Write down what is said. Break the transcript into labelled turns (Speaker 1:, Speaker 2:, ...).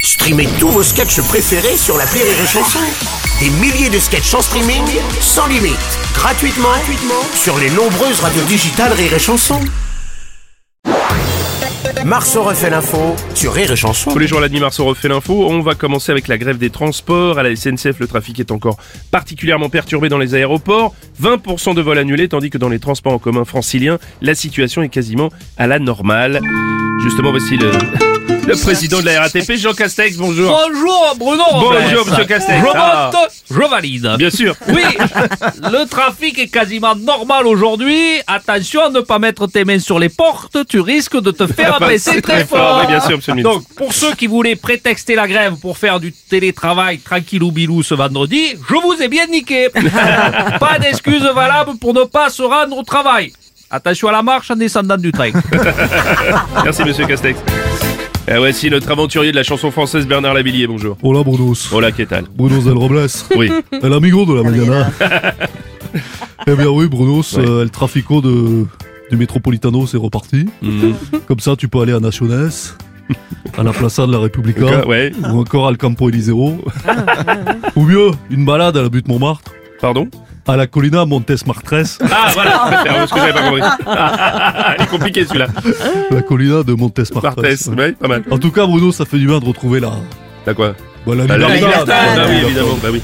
Speaker 1: Streamez tous vos sketchs préférés sur la Rire et Chanson. Des milliers de sketchs en streaming, sans limite, gratuitement, gratuitement sur les nombreuses radios digitales Rire et Chanson. Marceau refait l'info sur Rire et Chanson.
Speaker 2: Tous les jours, l'admi Marceau refait l'info. On va commencer avec la grève des transports. À la SNCF, le trafic est encore particulièrement perturbé dans les aéroports. 20% de vols annulés, tandis que dans les transports en commun franciliens, la situation est quasiment à la normale. Justement, voici le, le président de la RATP, Jean Castex. Bonjour.
Speaker 3: Bonjour Bruno
Speaker 2: Bonjour, monsieur Castex.
Speaker 3: Je
Speaker 2: Ah.
Speaker 3: vote, je valide.
Speaker 2: Bien sûr.
Speaker 3: Oui, le trafic est quasiment normal aujourd'hui. Attention à ne pas mettre tes mains sur les portes, tu risques de te
Speaker 2: Ah,
Speaker 3: faire
Speaker 2: bah,
Speaker 3: abaisser Ah, très fort.
Speaker 2: Oui, bien sûr, monsieur le ministre.
Speaker 3: Donc, pour ceux qui voulaient prétexter la grève pour faire du télétravail tranquille ou bilou ce vendredi, je vous ai bien niqué. pas d'excuse valable pour ne pas se rendre au travail. Attention à la marche en descendant du train.
Speaker 2: Merci, monsieur Castex. Et voici notre aventurier de la chanson française, Bernard Lavillier. Bonjour.
Speaker 4: Hola Brunos.
Speaker 2: Hola, qu'est-ce que
Speaker 4: Brunos del Robles.
Speaker 2: Oui.
Speaker 4: El amigo de la mañana. eh bien oui Brunos,
Speaker 2: Ouais.
Speaker 4: euh, el trafico de, du Metropolitano c'est reparti.
Speaker 2: Mhm.
Speaker 4: Comme ça tu peux aller à Naciones, à la Plaza de la Repubblica,
Speaker 2: Ouais. Ah,
Speaker 4: ou encore al Campo Eliseo. ou mieux, une balade à la butte Montmartre,
Speaker 2: Pardon
Speaker 4: à la Colina Montes Martres,
Speaker 2: Ah, voilà. Parce que j'avais pas compris. Il est compliqué, celui-là.
Speaker 4: la Colina de Montes
Speaker 2: Martes.
Speaker 4: Martres.
Speaker 2: Ouais, pas mal.
Speaker 4: En tout cas Bruno, ça fait du bien de retrouver la,
Speaker 2: T'as quoi
Speaker 4: bah, la Ah,
Speaker 2: Bah, la
Speaker 4: libertad.
Speaker 2: libertad, Bah oui, évidemment. Bah oui.